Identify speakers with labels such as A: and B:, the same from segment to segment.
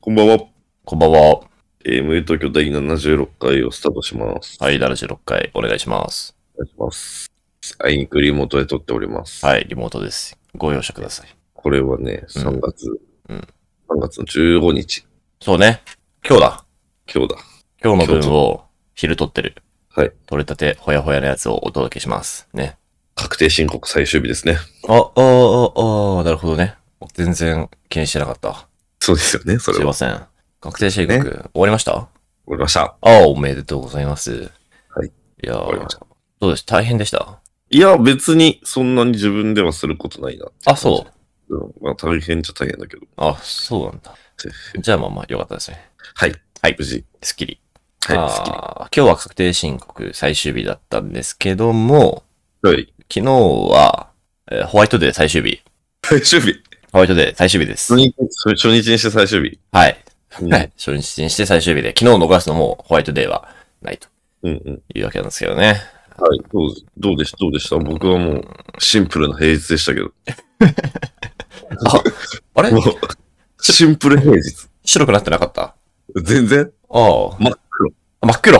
A: こんばんは。
B: こんばんは。
A: えー、無友東京第76回をスタートします。
B: はい、76回お願いします。
A: お願いします。あいにくリモートで撮っております。
B: はい、リモートです。ご容赦ください。
A: これはね、
B: うん
A: 3月、
B: うん
A: 3月の15日、
B: そうね。今日だ。
A: 今日だ。
B: 今日の分を昼撮ってる。
A: はい。
B: 取れたてほやほやのやつをお届けします。ね。
A: 確定申告最終日ですね。
B: あ、ああ、あ、なるほどね。全然気にしてなかった。
A: そうですよね、そ
B: す
A: れ
B: い
A: は
B: ま。せん。確定申告、終わりましたあ
A: 終わりました。
B: あ、おめでとうございます。
A: はい。
B: いやー
A: 終わりました
B: どうでした大変でした
A: いや、別にそんなに自分ではすることないな。
B: あ、そう。
A: うん、まあ大変っちゃ大変だけど。
B: あ、そうなんだ。じゃあまあまあ、よかったですね。
A: はい。
B: はい
A: 無事。
B: スッキリ。
A: はい、すっ
B: あ
A: き
B: ー今日は確定申告最終日だったんですけども、
A: り。はい。
B: 昨日は、えーホワイトデー最終日。
A: 最終日。
B: ホワイトデー最終日です
A: 初。日初日にして最終日。
B: はい。
A: うん
B: はい。初日にして最終日で、昨日を逃すのもホワイトデーはないと
A: うんうん。
B: いうわけなんですけどね。
A: はい。どうどうでしたどうでした僕はもうシンプルな平日でしたけど。
B: あれ
A: もう、シンプル平日。
B: 白くなってなかった
A: 全然
B: ああ。
A: 真っ黒。
B: 真っ黒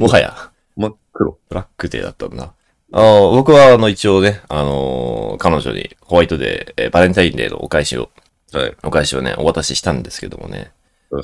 B: もはや。
A: 真っ黒。
B: ブラックデーだったんだ。ああ僕は、あの、一応ね、あのー彼女にホワイトデー、えーバレンタインデーのお返しを、
A: はい。
B: お返しをね、お渡ししたんですけどもね。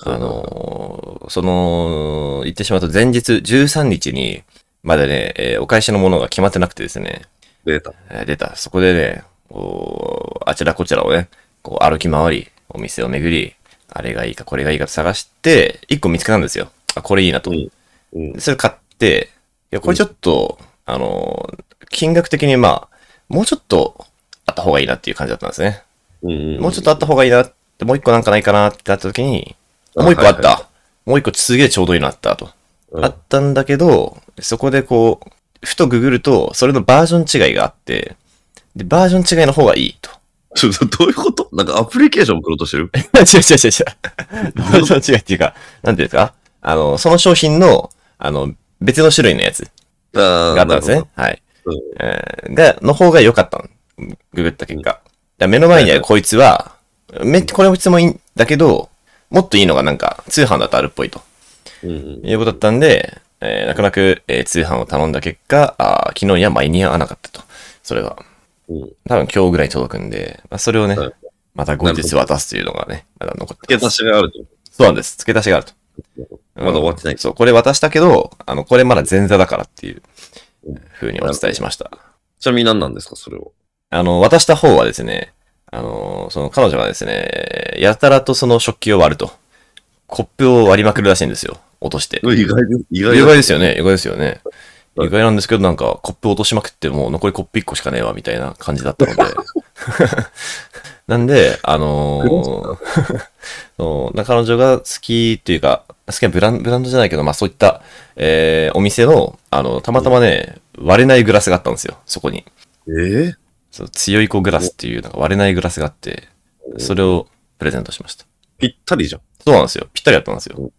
B: あのーその、言ってしまうと前日13日に、まだね、えーお返しのものが決まってなくてですね、
A: データ。
B: えー出た。そこでね、こうあちらこちらをね、こう歩き回り、お店を巡り、あれがいいかこれがいいかと探して、一個見つけたんですよ。あ、これいいなと。
A: うんうん
B: で。それ買って、いや、これちょっと、あのー金額的にまあ、もうちょっとあった方がいいなっていう感じだったんですね。
A: うん
B: もうちょっとあった方がいいなって、もう一個なんかないかなってなった時に、もう一個あった。
A: は
B: もう一個すげえちょうどいいのあったと。
A: うん
B: あったんだけど、そこでこう、ふとググると、それのバージョン違いがあって、で、バージョン違いの方がいいと。
A: ちょっとどういうことなんかアプリケーション送ろうとしてる
B: 違う違う違う違う。バージョン違いっていうか、なんていうんですかあの、その商品の、あの、別の種類のやつ
A: あ
B: があったんですね。。はい。
A: うん
B: えーが、の方が良かったのググった結果。だから目の前にあるこいつは、めっちゃこれも質もいいんだけど、もっといいのがなんか通販だとあるっぽいと
A: うんうん。
B: いうことだったんで、えー泣く泣く、えー通販を頼んだ結果、あー昨日には間に合わなかったと。それは。
A: うん
B: 多分今日ぐらいに届くんで、まあ、それをね
A: はい、
B: また後日渡すというのがね、まだ残って
A: 付
B: ま
A: け
B: す
A: 足。しがあると。
B: そうなんです。付け足しがあると。
A: まだ終わってない
B: うんそう、これ渡したけど、あの、これまだ前座だからっていう
A: うん
B: ふうにお伝えしました。
A: ちなみに何なんですかそれは。
B: あの、渡した方はですね、あの、その彼女がですね、やたらとその食器を割ると。コップを割りまくるらしいんですよ。落として。
A: 意外です。意
B: 意
A: 外
B: 外
A: だ
B: ですよね。意外ですよね。
A: はい
B: 意外なんですけど、なんか、コップ落としまくって、もう残りコップ1個しかねえわ、みたいな感じだった ので。なんで、あのー そうな彼女が好きっていうか、好きなブランブランドじゃないけど、まあそういった、えーお店の、あの、たまたまね、割れないグラスがあったんですよ、そこに。
A: ええ
B: そう強い子グラスっていう、なんか割れないグラスがあって、それをプレゼントしました。
A: ぴったりじゃん。
B: そうなんですよ。ぴったりだったんですよ。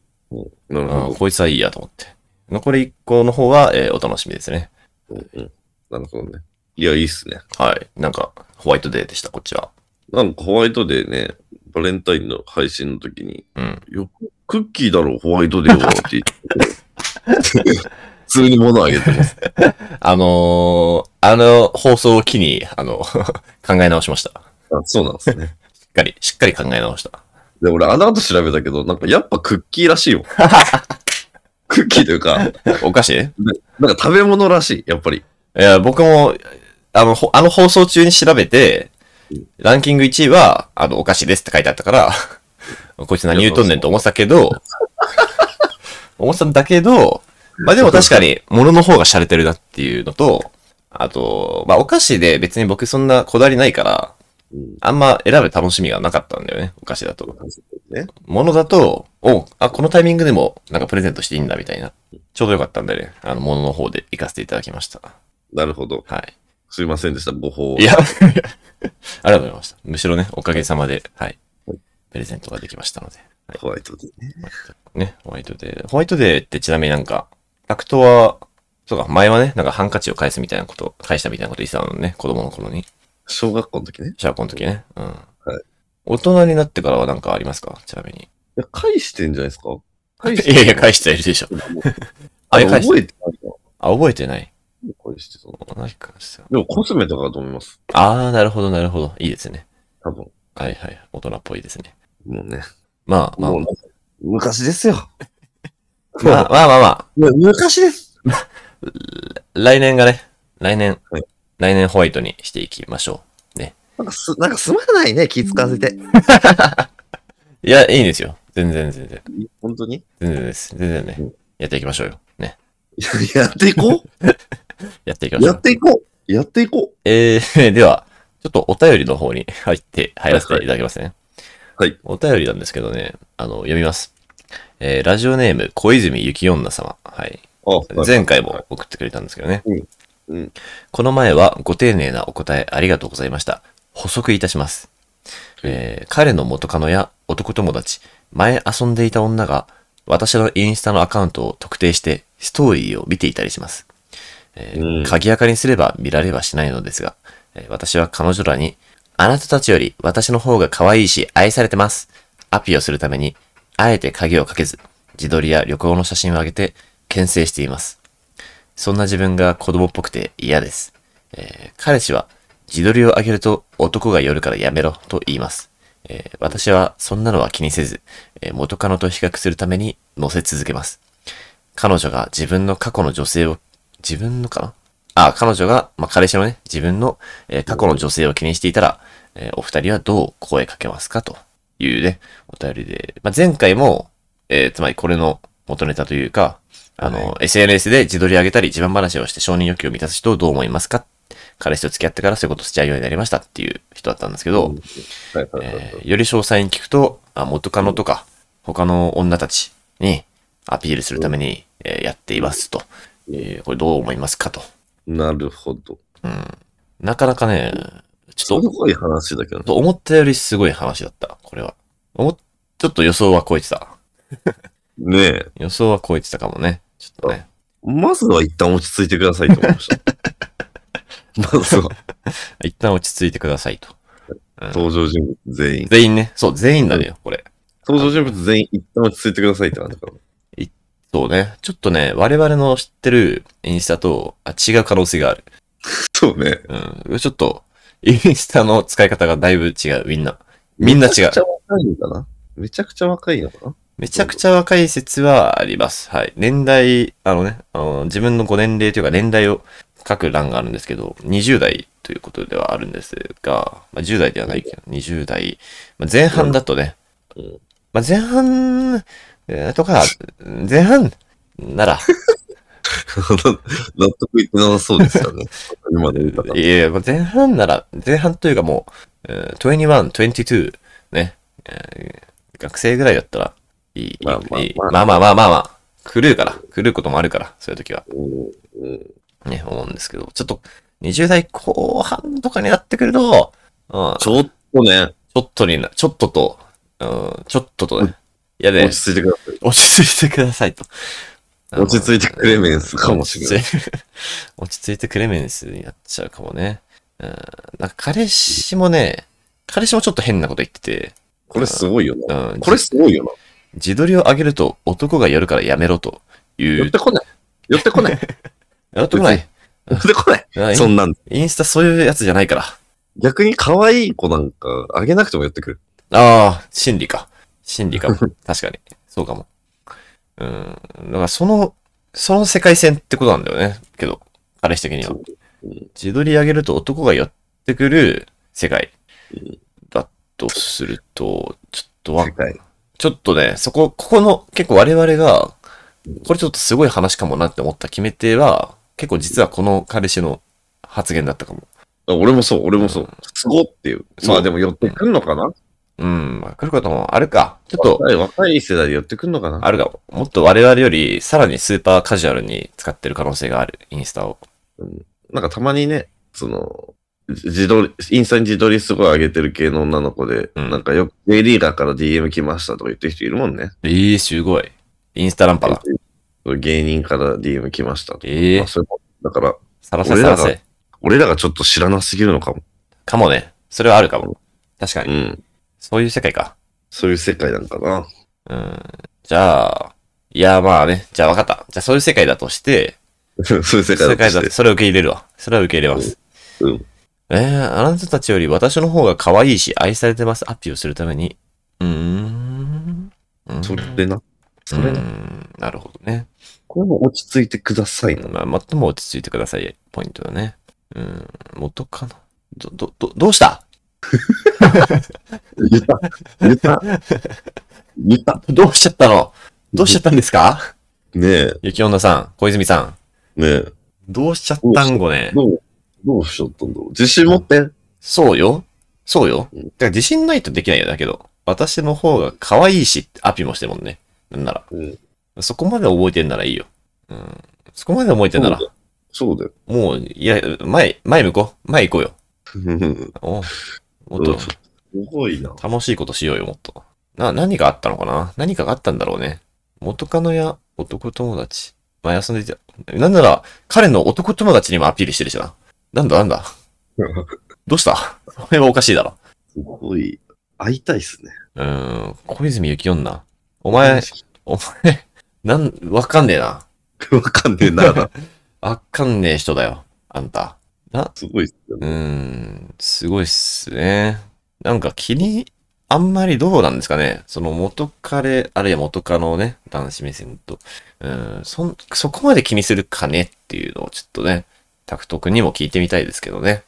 A: なる
B: あ
A: ほ
B: ーこいつはいいやと思って。残り1個の方は、えーお楽しみですね。
A: ど。うんうんなるほどね。いや、いいっすね。
B: はい。なんか、ホワイトデーでした、こっちは。
A: なんかホワイトデーね、バレンタインの配信の時に、
B: うん。
A: よくクッキーだろ、ホワイトデーはって言 って普通に物あげてます。
B: あのーあの放送を機に、あの、 考え直しました。
A: あそうなんですね。
B: しっかり、しっかり考え直した。
A: で、俺、あの後調べたけど、なんかやっぱクッキーらしい よ。クッキーというか、
B: お菓子い
A: なんか食べ物らしい、やっぱり。
B: や、僕も、あの、ほあの放送中に調べて、ランキング1位は、あの、お菓子ですって書いてあったから、 こいつ何言うとんねんと思ってたけど、思ってたんだけど、まあでも確かに、物の方が洒落てるなっていうのと、あと、まあお菓子で別に僕そんなこだわりないから、
A: うん。
B: あんま選ぶ楽しみがなかったんだよね、お菓子だと。
A: ね。
B: ものだと、おあ、このタイミングでもなんかプレゼントしていいんだみたいな。ちょうどよかったんでね、あの、ものの方で行かせていただきました。
A: なるほど。
B: はい。
A: すいませんでした、誤報を
B: いや、あ りがとうございました。むしろね、おかげさまで、はい。プレゼントができましたので。
A: ホワイトデーね。
B: ね、ホワイトデー。ホワイトデーってちなみになんか、タクトは、そうか、前はね、なんかハンカチを返すみたいなこと、返したみたいなこと言ってたのね、子供の頃に。
A: 小学校の時ね。
B: シャーコの時ね。うん。
A: はい
B: 大人になってからはなんかありますかちなみに。
A: や、返してんじゃないですか返
B: いやいや、返
A: し
B: してはいるでしょ。
A: てた。
B: あ
A: あ
B: れ
A: れ
B: 返し
A: 覚えてないか
B: あ、覚えてない。
A: 返してたの
B: 同じ感じだ。
A: でもコスメとかだと思います。
B: あー、なるほど、なるほど。いいですね。
A: 多分。
B: はいはい。大人っぽいですね。
A: もうね。
B: まあまあ
A: も
B: まあ、
A: うなんか昔で すよ。
B: ま あまあまあまあ、
A: もう昔です。
B: 来年がね、来年、
A: はい
B: 来年ホワイトにしていきましょ
A: なんかす、なんかすまないね、気使わせて。
B: う。いや、いいんですよ。全然全然。
A: 本当に
B: 全然です。全然ね
A: うん。
B: やっていきましょうよ。ね。
A: いややって いこ
B: やっていきま
A: う。
B: しょ
A: や
B: う
A: っ。ていこう。やっていこ
B: えー、 では、ちょっとお便りの方に入って、入らせていただきますね。
A: はいはい
B: お便りなんですけどね、あの、読みます。えー、ラジオネーム、小泉ゆき女様。はい。
A: う。あはい
B: 前回も送ってくれたんですけどね。
A: うんうん
B: この前はご丁寧なお答えありがとうございました。補足いたします。えー彼の元カノや男友達、前遊んでいた女が私のインスタのアカウントを特定してストーリーを見ていたりします。えー
A: うん
B: 鍵垢にすれば見られはしないのですが、えー私は彼女らに、あなたたちより私の方が可愛いし愛されてます。アピをするために、あえて鍵をかけず、自撮りや旅行の写真を上げて、牽制しています。そんな自分が子供っぽくて嫌です。えー彼氏は自撮りをあげると男が夜からやめろと言います。えー私はそんなのは気にせず、えー元カノと比較するために載せ続けます。彼女が自分の過去の女性を、自分のかなあ、彼女が、まあ、彼氏のね、自分の、えー過去の女性を気にしていたら、えーお二人はどう声かけますかというね、お便りで。まあ、前回も、えーつまりこれの元ネタというか、あの、SNS で自撮り上げたり、自慢話をして承認欲求を満たす人をどう思いますか彼氏と付き合ってからそういうことしちゃうようになりましたっていう人だったんですけど、
A: はいはいはい
B: えーより詳細に聞くと、あ元カノとか、他の女たちにアピールするために、えーやっていますと。えーこれどう思いますかと。
A: なるほど。
B: うん。なかなかね、ちょ
A: す
B: っと
A: ごい話だけどね
B: ちょっと思ったよりすごい話だった、これは。思っちょっと予想は超えてた。
A: ねえ。
B: 予想は超えてたかもね。ちょっとね。
A: まずは一旦落ち着いてくださいと思い ました。まずは、
B: 一旦落ち着いてくださいと。
A: 登場人物全員。
B: 全員ね。そう、全員だね、これ。
A: 登場人物全員一旦落ち着いてくださいって感じかな。
B: そうね。ちょっとね、我々の知ってるインスタと、あ、違う可能性がある。
A: そうね。
B: うん。ちょっと、インスタの使い方がだいぶ違う、みんな。みんな違う
A: めちゃくちゃ若いのかなめちゃくちゃ若いのかな
B: めちゃくちゃ若い説はあります。はい。年代、あのね、あの自分のご年齢というか年代を書く欄があるんですけど、20代ということではあるんですが、まあ、10代ではないけど、20代、まあ、前半だとね、
A: うん
B: まあ、前半えーとか、前半なら、
A: 納得いってなさそうですよ ね。今で言ったら
B: い。やいや、まあ前半なら、前半というかもう、えー21、22、ね、えー学生ぐらいだったら、いい、いい
A: まあまあ
B: いいまあまあまあまあまあ、狂うから、狂うこともあるから、そういう時は、
A: うんうん
B: ね、思うんですけど、ちょっと、20代後半とかになってくると、うん、ち
A: ちょっとね、
B: ょっとにな、ちょっとと、うん、ちょっととね、いやで、
A: 落ち着いてください。
B: 落ち着いてくださいと。
A: 落ち着いてクレメンスかもしれ ない
B: い。 落ち着いてクレメンスになっちゃうかもね。うん、なんか彼氏もね、彼氏もちょっと変なこと言ってて、
A: これすごいよな。
B: うん、
A: これすごいよな。
B: 自撮りを上げると男がやるからやめろとい
A: 寄っ
B: う。
A: てこない。寄ってこない。
B: やってこない。
A: 寄ってこない。
B: うん
A: そんなん。
B: インスタそういうやつじゃないから。
A: 逆に可愛い子なんか、あげなくても寄ってくる。
B: ああ、心理か。心理かも。 確かに。そうかも。うん。だからその、その世界線ってことなんだよね。けど、彼氏的には
A: そう。うん
B: 自撮り上げると男が寄ってくる世界
A: うん
B: だとすると、ちょっとわ
A: 世、界。
B: ちょっとね、そこ、ここの結構我々が、これちょっとすごい話かもなって思った決め手は、結構実はこの彼氏の発言だったかも。
A: あ俺もそう、俺もそう。すごっていう。
B: そう
A: まあでも寄ってくんのかな
B: うん、まあ来ることもあるか。ちょっと、
A: 若い若い世代で寄ってくんのかな
B: あるが、もっと我々よりさらにスーパーカジュアルに使ってる可能性がある、インスタを。
A: なんかたまにね、その、じ自撮り、インスタに自撮りすごい上げてる系の女の子で、
B: うん
A: なんかよく J リーガーから DM 来ましたとか言ってる人いるもんね。
B: ええすごい。インスタランパだ。
A: 芸人から DM 来ましたとか。
B: ええ
A: まあそれもだから、
B: さらせ
A: 俺
B: さ
A: ら
B: ら
A: が
B: せ。
A: 俺らがちょっと知らなすぎるのかも。
B: かもね。それはあるかも。確か
A: う
B: に。
A: ん。
B: そういう世界か。
A: そういう世界なんかな。
B: うん。じゃあ、いや、まあね。じゃあ分かった。じゃあそういう世界だとして、
A: そういう世界
B: 世
A: だ
B: 界
A: と
B: だ
A: して。
B: それを受け入れるわ。それは受け入れます。
A: うん。
B: えー、あなたたちより私の方が可愛いし愛されてますアピールするために。うーん。うん
A: それでな。それ
B: う
A: な、
B: んなるほどね。
A: これも落ち着いてくださいな。
B: まあ、最も落ち着いてください、ポイントだね。うん、元かな。ど、ど、ど、どうした
A: 言った。言った。言った。
B: どうしちゃったのどうしちゃったんですか
A: ねえ、
B: 雪女さん、小泉さん。
A: ねえ。
B: どうしちゃったんごね。
A: どう、どうしちゃったんだろう。自信持って。
B: そうよ。そうよ。
A: う
B: だ
A: ん
B: から自信ないとできないよ、だけど。私の方が可愛いしってアピもしてるもんね。なんな
A: うん
B: ら。そこまで覚えてんならいいよ。うん。そこまで覚えてんなら
A: そ。そうだよ。
B: もう、いや、前、前向こう。前行こうよ。
A: うん
B: おうもっと、
A: すごいな。
B: 楽しいことしようよ、もっと。な、何があったのかな何かがあったんだろうね。元カノや男友達。前遊んでいた。なんなら、彼の男友達にもアピールしてるしな。なんだなんだどうしたそれはおかしいだろ。
A: すごい。会いたいっすね。
B: うーん、小泉ゆき女。お前、お前、なん、わかんねえな。
A: わかんね えな。
B: わかんねえ人だよ。あんた。な、
A: すごいっすよ
B: う
A: ね。
B: ーん、すごいっすね。なんか気に、あんまりどうなんですかね。その元彼、あるいは元カノをね、男子目線と。うーん、そん、そこまで気にするかねっていうのをちょっとね、タクト君にも聞いてみたいですけどね。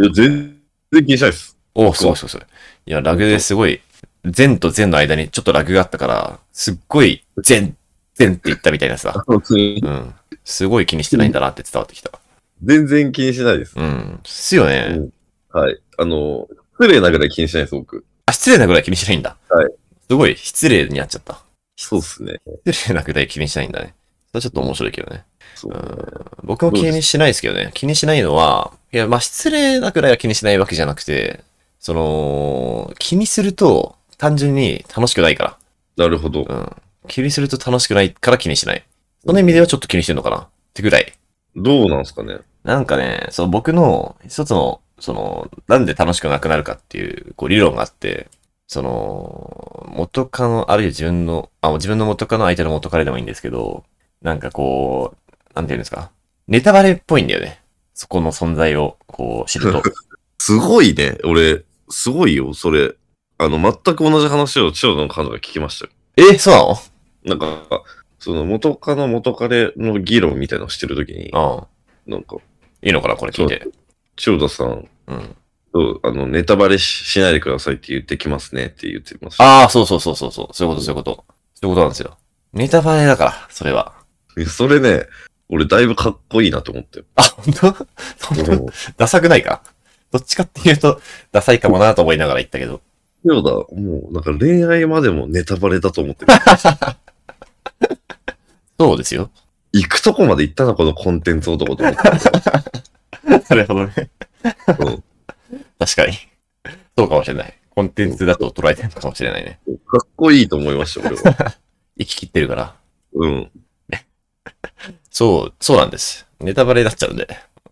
A: いや、全然気にしないっす。
B: おすごいすごいすごい。いや、ラグですごい、善と善の間にちょっとラグがあったから、すっごい、善、善って言ったみたいなさ。うん。すごい気にしてないんだなって伝わってきた。
A: 全然気にしないです。
B: うん。ですよね。
A: はい。あの、失礼なぐらい気にしないです、僕。
B: あ、失礼なぐらい気にしないんだ。
A: はい。
B: すごい、失礼になっちゃった。
A: そうっすね。
B: 失礼なぐらい気にしないんだね。それはちょっと面白いけどね。
A: そうう。
B: ん。僕も気にしないですけどね。気にしないのは、いや、まあ、失礼なぐらいは気にしないわけじゃなくて、その、気にすると、単純に楽しくないか
A: なるほど。
B: ら。うん。気にすると楽しくないから気にしない。その意味ではちょっと気にしてるのかなってぐらい。
A: どうなんすかね。
B: なんかね、そう僕の一つの、その、なんで楽しくなくなるかっていう、こう理論があって、その、元カノ、あるいは自分の、あ、自分の元カノ、相手の元彼でもいいんですけど、なんかこう、なんていうんですか、ネタバレっぽいんだよね。そこの存在を、こう、知ると。
A: すごいね。俺、すごいよ、それ。あの、全く同じ話を千代田の彼女が聞きましたよ。
B: え、そうな
A: なんか、その元カノ元彼の議論みたいなのをしてるときに、
B: の
A: なんか、
B: うん。いいのかなこれ聞いて。
A: 千代田さん、
B: うん。
A: そうあの、ネタバレししないでくださいって言ってきますねって言ってました。
B: ああ、そうそうそうそうそう。そういうこと、そういうこと。そういうことなんですよ。ネタバレだから、それは。
A: いやそれね、俺だいぶかっこいいなと思って。
B: あ、本当本当
A: もう
B: ダサくないかどっちかっていうと、ダサいかもなと思いながら言ったけど。
A: 千代田、もうなんか恋愛までもネタバレだと思ってる。
B: そうですよ。
A: 行くとこまで行ったな、このコンテンツ男と思って。
B: なるほどね。
A: うん
B: 確かに。そうかもしれない。コンテンツだと捉えてるのかもしれないね。
A: かっこいいと思いました、俺は。
B: 生き切ってるから。
A: うん。
B: そう、そうなんです。ネタバレになっちゃうんで。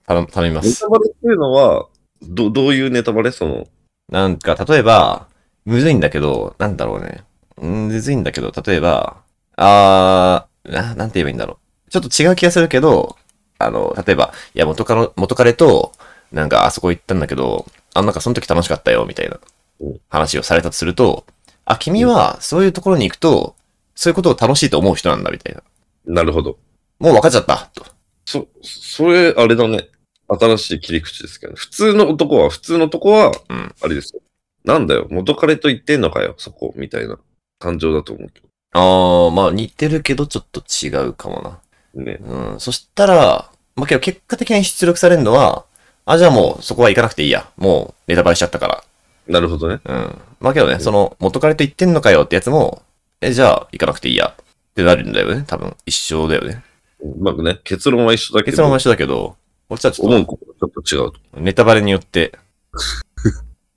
B: 頼頼みま
A: ネ
B: す
A: タ。バレっていうのは、ど、どういうネタバレその、
B: なんか、例えば、むずいんだけど、なんだろうね。うんむずいんだけど、例えば、あー、ななんて言えばいいんだろう。ちょっと違う気がするけど、あの、例えば、いや、元カノ、元彼と、なんかあそこ行ったんだけど、あ、なんかその時楽しかったよ、みたいな
A: うん
B: 話をされたとすると、あ、君はそういうところに行くと、そういうことを楽しいと思う人なんだ、みたいな。
A: なるほど。
B: もう分かっちゃった、と。
A: そ、それ、あれだね。新しい切り口ですけどね。普通の男は、普通の男は
B: うん、
A: あれですよ。なんだよ、元彼と言ってんのかよ、そこ、みたいな感情だと思うけ
B: あー、まあ似てるけど、ちょっと違うかもな。
A: どね。
B: うん、そしたら、まあ、けど結果的に出力されるのは、あ、じゃあもうそこは行かなくていいや。もうネタバレしちゃったか
A: なるほどね。
B: ら。うん。まあけどね、
A: ん
B: その元彼と言ってんのかよってやつも、え、じゃあ行かなくていいや。ってなるんだよね。多分一緒だよね。
A: うまくね、結論は一緒だけど、
B: 結論は一緒だけど、こっちはちょ
A: 思
B: っ
A: うことがちょっと違うと。
B: とネタバレによ って、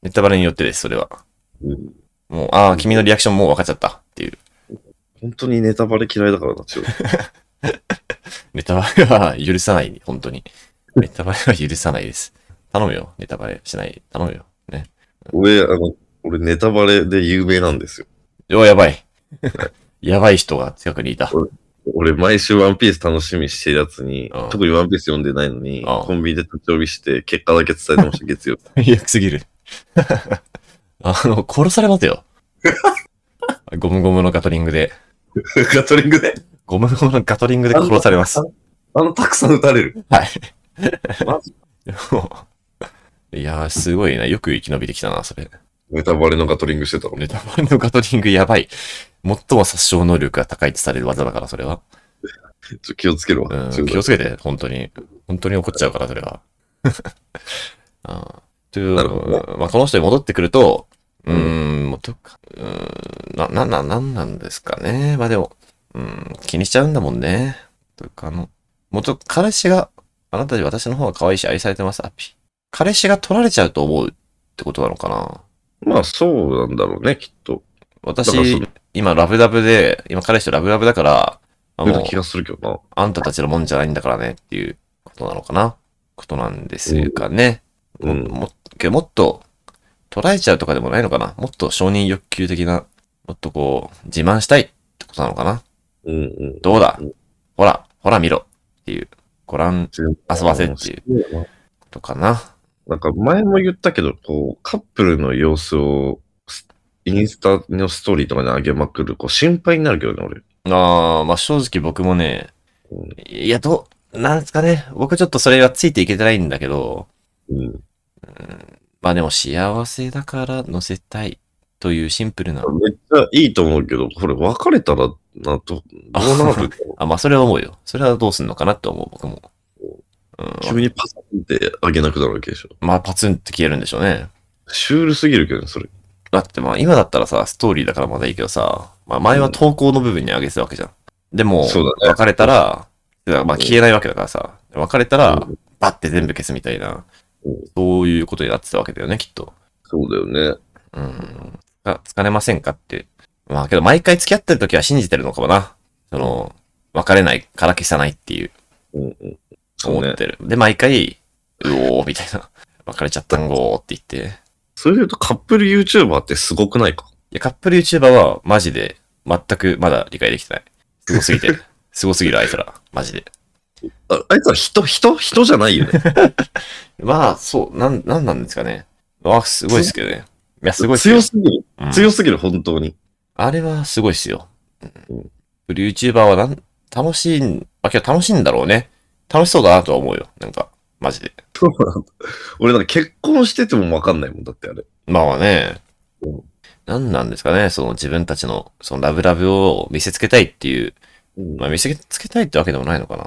B: ネタバレによってです、それは。
A: うん
B: もう、ああ、君のリアクションもう分かっちゃったっていう。
A: 本当にネタバレ嫌い だからな、千代田
B: ネタバレは許さない、本 当に。ネタバレは許さないです。頼むよ。ネタバレしない。頼むよ。ね。
A: 俺、あの、俺ネタバレで有名なんですよ。
B: お、やばい。 やばい人が近くにいた。
A: 俺、毎週ワンピース楽しみにしてるやつに
B: うん、
A: 特にワンピース読んでないのに、
B: うん
A: コンビニで立ち寄りして、結果だけ伝えてまし た、月曜。
B: 最悪すぎる。あの、殺されますよ。 ゴムゴムのガトリングで。
A: ガトリングで。
B: ゴムゴムのガトリングで殺されます。
A: あの、たくさん打たれる。
B: はい。
A: マ
B: も ういやー、すごいな。よく生き延びてきたな、それ。
A: ネタバレのガトリングしてたの
B: ネタバレのガトリングやばい。最も殺傷能力が高いとされる技だから、それは。
A: ちょっと気をつけろ。
B: うん
A: ちょっと
B: 気をつけて、本当に。本当に怒っちゃうから、それ は。あという、
A: なるほど
B: まあ、この人に戻ってくると、うー、
A: うん
B: もうどっか、うーん、な、な、な、なんなんですかね。まあでも、うん、気にしちゃうんだもんね。というか、あの、元彼氏が、あなたに私の方が可愛いし愛されてます、アピ。彼氏が取られちゃうと思うってことなのかな。
A: まあ、そうなんだろうね、きっと。だからそ
B: 私
A: の、
B: 今ラブラブで、今彼氏とラブラブだから、あ
A: 出た
B: の
A: 気がするけどな。
B: あんたたちのもんじゃないんだからねっていうことなのかなことなんですかね。
A: う
B: も
A: ん。
B: もけどもっと捉えちゃうとかでもないのかなもっと承認欲求的な、もっとこう、自慢したいってことなのかな
A: うんうん。
B: どうだ
A: うん
B: ほら、ほら見ろっていう、ご覧遊ばせって
A: いう。
B: とかな。
A: なんか前も言ったけど、こう、カップルの様子を、スインスタのストーリーとかに上げまくる、こう、心配になるけどね、俺。
B: あー、まあ正直僕もね、
A: う
B: いや、どう、なんですかね。僕ちょっとそれはついていけてないんだけど、
A: ん。うん。
B: まあでも幸せだから乗せたいというシンプルな。
A: めっちゃいいと思うけど、これ別れたら、な、ど、どうなるの
B: あ、まあそれは思うよ。それはどうすんのかなって思う、僕も。うん。
A: 急にパサンって上げなくなるわけでしょ。
B: まあパツンって消えるんでしょうね。
A: シュールすぎるけどね、それ。
B: だってまあ今だったらさ、ストーリーだからまだいいけどさ、まあ前は投稿の部分に上げてたわけじゃん。でも、
A: そうだね
B: 別れたら、だからまあ消えないわけだからさ、別れたら
A: う、
B: バッて全部消すみたいな
A: うん、
B: そういうことになってたわけだよね、きっと。
A: そうだよね。
B: うん。あ疲れませんかって。まあけど毎回付き合ってる時は信じてるのかもな。その、別れないから消さないっていう。
A: うんうん。そう
B: 思っ
A: ね。
B: てる。で、毎回、うおーみたいな。 別れちゃったんごーって言って。
A: それで言うと、カップル YouTuber ってすごくないか
B: いや、カップル YouTuber はマジで全くまだ理解できてない。すごすぎて。 すごすぎるあいつら。マジで。
A: ああいつは人、人、人じゃないよね。
B: まあ、そう、なん、なんなんですかね。わあ、すごいですけどね。いや、 すごいっすよ
A: 強すぎる。
B: うん
A: 強すぎる、本当に。
B: あれはすごいっすよ。
A: うん
B: フリー YouTuber はなん、楽しいん、まあ今日楽しいんだろうね。楽しそうだなとは思うよ。なんか、マジで。
A: そうなんだ。俺なんか結婚しててもわかんないもんだって、あれ。
B: まあね
A: うん。
B: なんなんですかね。その自分たちの、そのラブラブを見せつけたいっていう
A: うん
B: まあ、見せつけたいってわけでもないのか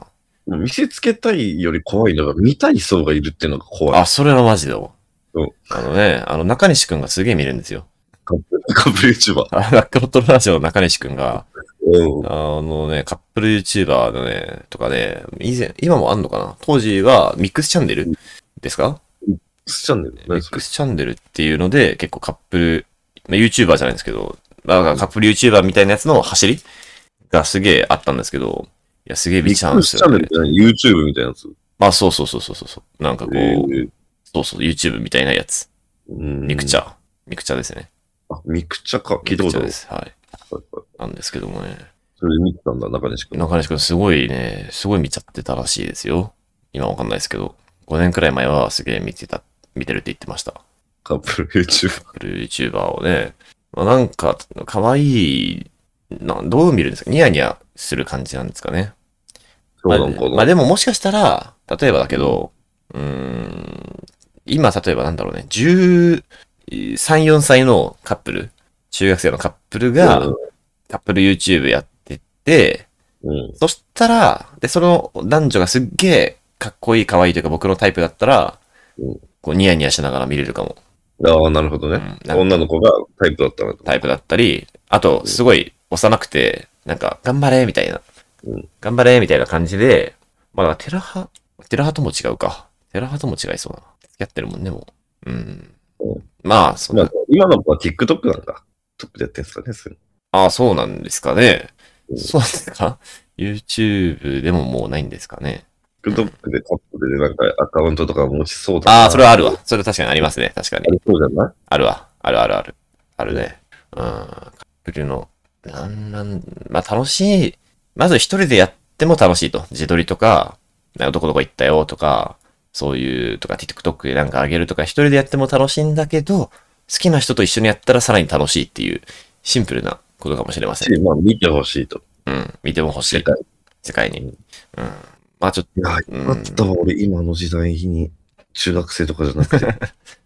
B: な。
A: 見せつけたいより怖いのが、見たい層がいるっていうのが怖い。
B: あ、それはマジだわ
A: うん。
B: あのね、あの、中西くんがすげえ見るんですよ。
A: カップル カップル YouTuber。
B: あラックロットラジオの中西くんが、
A: うん。
B: あのね、カップル YouTuber のね、とかね、以前、今もあんのかな当時はミックスチャンネルですか
A: スチャンネル
B: ミ
A: ね。
B: ックスチャンネルっていうので、結構カップル、まあ、YouTuber じゃないんですけど、まあ、カップル YouTuber みたいなやつの走りがすげえあったんですけど、いや、すげえ見ちゃうんです
A: チャ
B: よ、
A: ンネル
B: ね
A: っ。て何 YouTube みたいなやつ。
B: まあ、そうそうそうそうそう。なんかこう、
A: えー
B: そうそう、YouTube みたいなやつ。
A: うん
B: ミクチャ。ミクチャですね。
A: あ、ミクチャか。聞いた
B: ミクチャ
A: ことあ
B: で
A: る。
B: す。はい。なんですけどもね。
A: それで見てたんだ、中西君。
B: 中西くんすごいね、すごい見ちゃってたらしいですよ。今わかんないですけど。5年くらい前はすげえ見てた、見てるって言ってました。
A: カップル YouTuber。
B: フル YouTuber をね。まあ、なんか、可愛いな、どう見るんですかニヤニヤする感じなんですかね。
A: そうなのか
B: まあ
A: な。
B: まあでももしかしたら、例えばだけど、うーん、今例えばなんだろうね、13、4歳のカップル、中学生のカップルが、
A: うん
B: カップル YouTube やってて、
A: うん。
B: そしたら、で、その男女がすっげえかっこいい可愛いというか僕のタイプだったら
A: うん、
B: こうニヤニヤしながら見れるかも。
A: ああ、なるほど
B: う
A: ね。
B: んなんか
A: 女の子がタイプだったなと。
B: タイプだったり、あと、すごい幼くて、なんか、頑張れみたいな
A: うん。
B: 頑張れみたいな感じで、まあ、だからテラハ、テラハとも違うか。テラハとも違いそうだな。付き合ってるもんね、もう。うん
A: う。
B: まあ、そん
A: ま
B: な
A: あ、今の子は TikTok なんだ。トップでやってんすかね、それ。
B: ああ、そうなんですかね。
A: うん
B: そうなんですか ?YouTube でももうないんですかね。
A: TikTok でカップルでなんかアカウントとか持ちそうだな。
B: ああ、それはあるわ。それは確かにありますね。確かに
A: あ。りそうじゃない
B: あるわ。あるあるある。あるね。うん。カップルの、なんなん、まあ楽しい。まず一人でやっても楽しいと。自撮りとか、なんかどこどこ行ったよとか、そういうとか TikTok でなんかあげるとか、一人でやっても楽しいんだけど、好きな人と一緒にやったらさらに楽しいっていう、シンプルなことかもしれません。
A: しまあ、見てほしいと。
B: うん。見ても欲し
A: 世
B: い。
A: 界。
B: 世界に。うん。まあちょっと、
A: いや、
B: うん
A: 今だったら俺、今の時代に、中学生とかじゃなくて、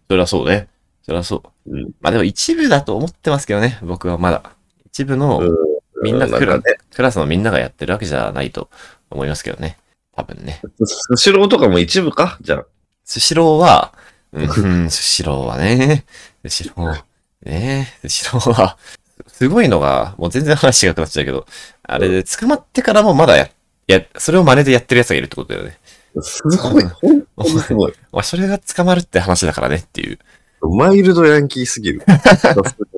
B: そりゃそうね。そりゃそう。
A: うん
B: まあでも一部だと思ってますけどね、僕はまだ。一部の、
A: うん
B: みんな
A: な
B: ク
A: んか
B: ラ,、
A: ね、
B: クラスのみんながやってるわけじゃないと思いますけどね。多分ね。
A: スシローとかも一部かじゃあ。
B: スシローは、うんうん、スシローはね、スシロー、ねスシローは、すごいのが、もう全然話違くなっちゃうけど、あれで捕まってからもまだや、いや、それを真似でやってる奴がいるってことだよね。
A: すごい、本当にすごい。
B: まあ、それが捕まるって話だからねっていう。
A: マイルドヤンキーすぎる。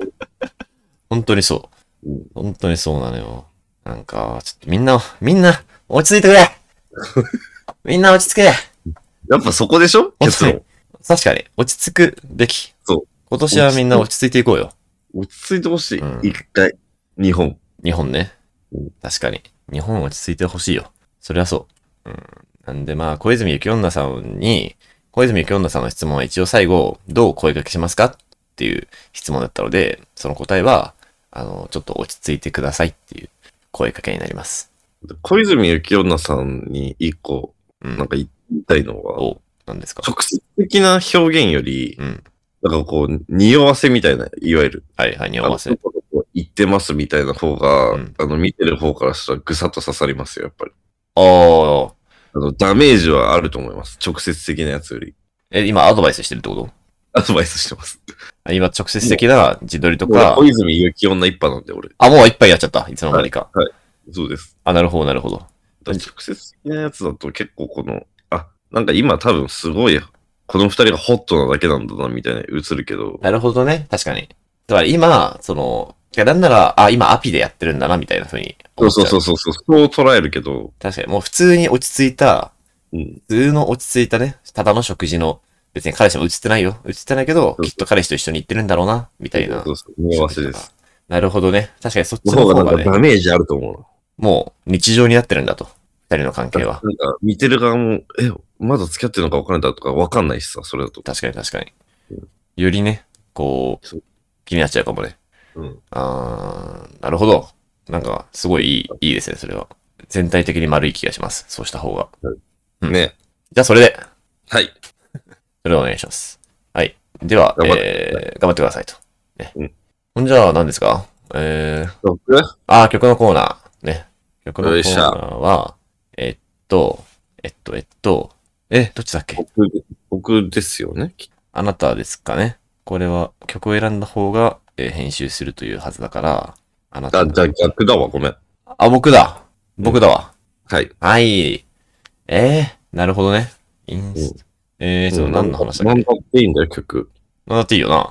B: 本当にそう
A: うん。
B: 本当にそうなのよ。なんか、ちょっとみんな、みんな、落ち着いてくれみんな落ち着け
A: やっぱそこでしょ結論。
B: 確かに、落ち着くべき。
A: そう。
B: 今年はみんな落ち着いていこうよ。
A: 落ち着いてほしい
B: うん。
A: 一回。日本。
B: 日本ね
A: うん。
B: 確かに。日本落ち着いてほしいよ。そりゃそう。うん。なんでまあ、小泉幸女さんに、小泉幸女さんの質問は一応最後、どう声掛けしますかっていう質問だったので、その答えは、あの、ちょっと落ち着いてくださいっていう声掛けになります。
A: 小泉幸女さんに一個、
B: う
A: なん
B: ん。
A: か言いたいのは、
B: お、なんですか
A: 直接的な表現より
B: う、ん。
A: なんかこう、匂わせみたいな、いわゆる。
B: はいはい、に
A: あ
B: 合
A: の
B: わせ。
A: この子言ってますみたいな方が、
B: うん
A: あの、見てる方からしたらぐさっと刺さりますよ、やっぱり。
B: ああ。
A: あの、ダメージはあると思います。直接的なやつより。
B: え、今アドバイスしてるってこと
A: アドバイスしてます。
B: あ今直接的な自撮りと
A: 僕は
B: か
A: 小、泉幸女一派なんで、俺。
B: あ、もういっぱいやっちゃった。いつの間にか。
A: そうです。
B: あ、なるほど、なるほど。
A: だから直接的なやつだと結構この、あ、なんか今多分すごい、この二人がホットなだけなんだな、みたいな映るけど、
B: なるほどね。確かに。だから今、その、いやなんなら、あ、今アピでやってるんだな、みたいな風に
A: そ
B: 思
A: う
B: っちゃ。
A: そううそうそう、そう捉えるけど、
B: 確かに、もう普通に落ち着いた、
A: うん、
B: 普通の落ち着いたね、ただの食事の、別に彼氏も映ってないよ。映ってないけど
A: そ、う
B: きっと彼氏と一緒に行ってるんだろうな、みたいな
A: そ。うそう、見合わせです。
B: なるほどね。確かにそっち
A: の
B: の
A: 方
B: 方
A: が
B: が
A: なん
B: ね
A: か、ダメージあると思うな。
B: もう日常になってるんだと。二人の関係は。
A: なんか見てる側も、え、まだ付き合ってるのか分かんないとか分かんないしさ、それだと。
B: 確かに確かに。よりね、こ
A: そう
B: う、気になっちゃうかもね。
A: うん。
B: あー、なるほど。なんか、すごいいい、いいですね、それは。全体的に丸い気がします。そうした方が。うん
A: ね。
B: じゃあ、それで、
A: はい。
B: それでお願いします。はい。では、
A: 頑張っ
B: えー、頑張ってくださいと。ね。
A: うん
B: ほんじゃあ、何ですかえー、
A: 僕は
B: あー、曲のコーナー。ね。曲のコ
A: よ
B: ー
A: いしょ
B: ナーは、えっと、えっと、えっと、え、どっちだっけ
A: 僕、僕ですよね。き
B: あなたですかね。これは、曲を選んだ方が、えー編集するというはずだから、あなた。
A: あ、じゃあ逆だわ、ごめん。
B: あ、僕だ。僕だわ。
A: はい。
B: はい。えー、なるほどね。インスタ。えー、ちょっと何の話だっ
A: 何
B: け
A: だっていいんだよ、曲。
B: 何だっていいよな。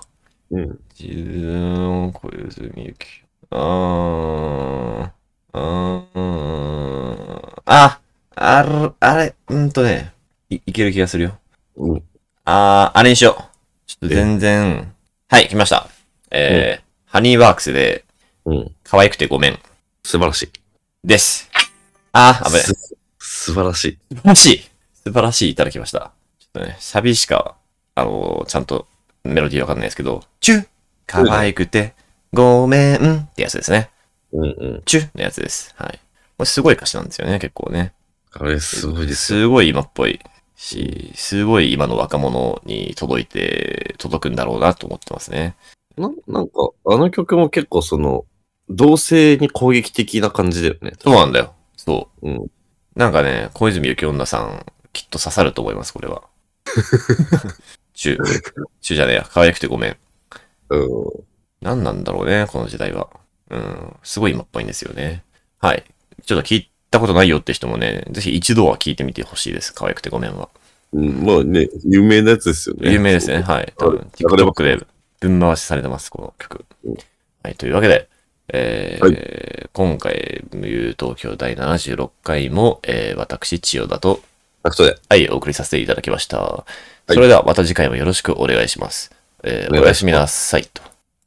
A: うん。
B: 自分を小泉ゆき。あー、あー、あ、あるあれ、うんとね、い、いける気がするよ。
A: うん。
B: あー、あれにしよう。ちょっと全然。はい、来ました。えー、ハニーワークスで、
A: うん。
B: 可愛くてごめん。
A: 素晴らしい。
B: です。あー、危ね。
A: す素晴らしい。
B: 素晴らしい素晴らしいいただきました。ちょっとね、サビしか、あのーちゃんとメロディーわかんないですけど、チュ可愛くて、ごめんってやつですね。
A: うんうん。
B: チュのやつです。はい。これすごい歌詞なんですよね、結構ね。
A: あれ、すごいですよ。
B: すごい今っぽいし、すごい今の若者に届いて、届くんだろうなと思ってますね。
A: ななんか、あの曲も結構その、同性に攻撃的な感じだよね。
B: そうなんだよ。そう。
A: うん
B: なんかね、小泉幸女さん、きっと刺さると思います、これは。 チュチュじゃねえや。可愛くてごめん。
A: うん。
B: 何なんだろうね、この時代は。うん、すごい今っぽいんですよね。はい。ちょっと聞いたことないよって人もね、ぜひ一度は聞いてみてほしいです。可愛くてごめんは。
A: うんまあね、有名なやつですよね。
B: 有名ですね。。はい。多分、
A: 流れます
B: TikTok で分回しされてます、この曲
A: うん。
B: はい。というわけで、えー
A: は
B: 今回、無友東京第76回も、えー私、千代田と、
A: タクトで。
B: はい、お送りさせていただきました。
A: い
B: それではまた次回もよろしくお願いします。えー
A: お願いします
B: おやすみなさいと。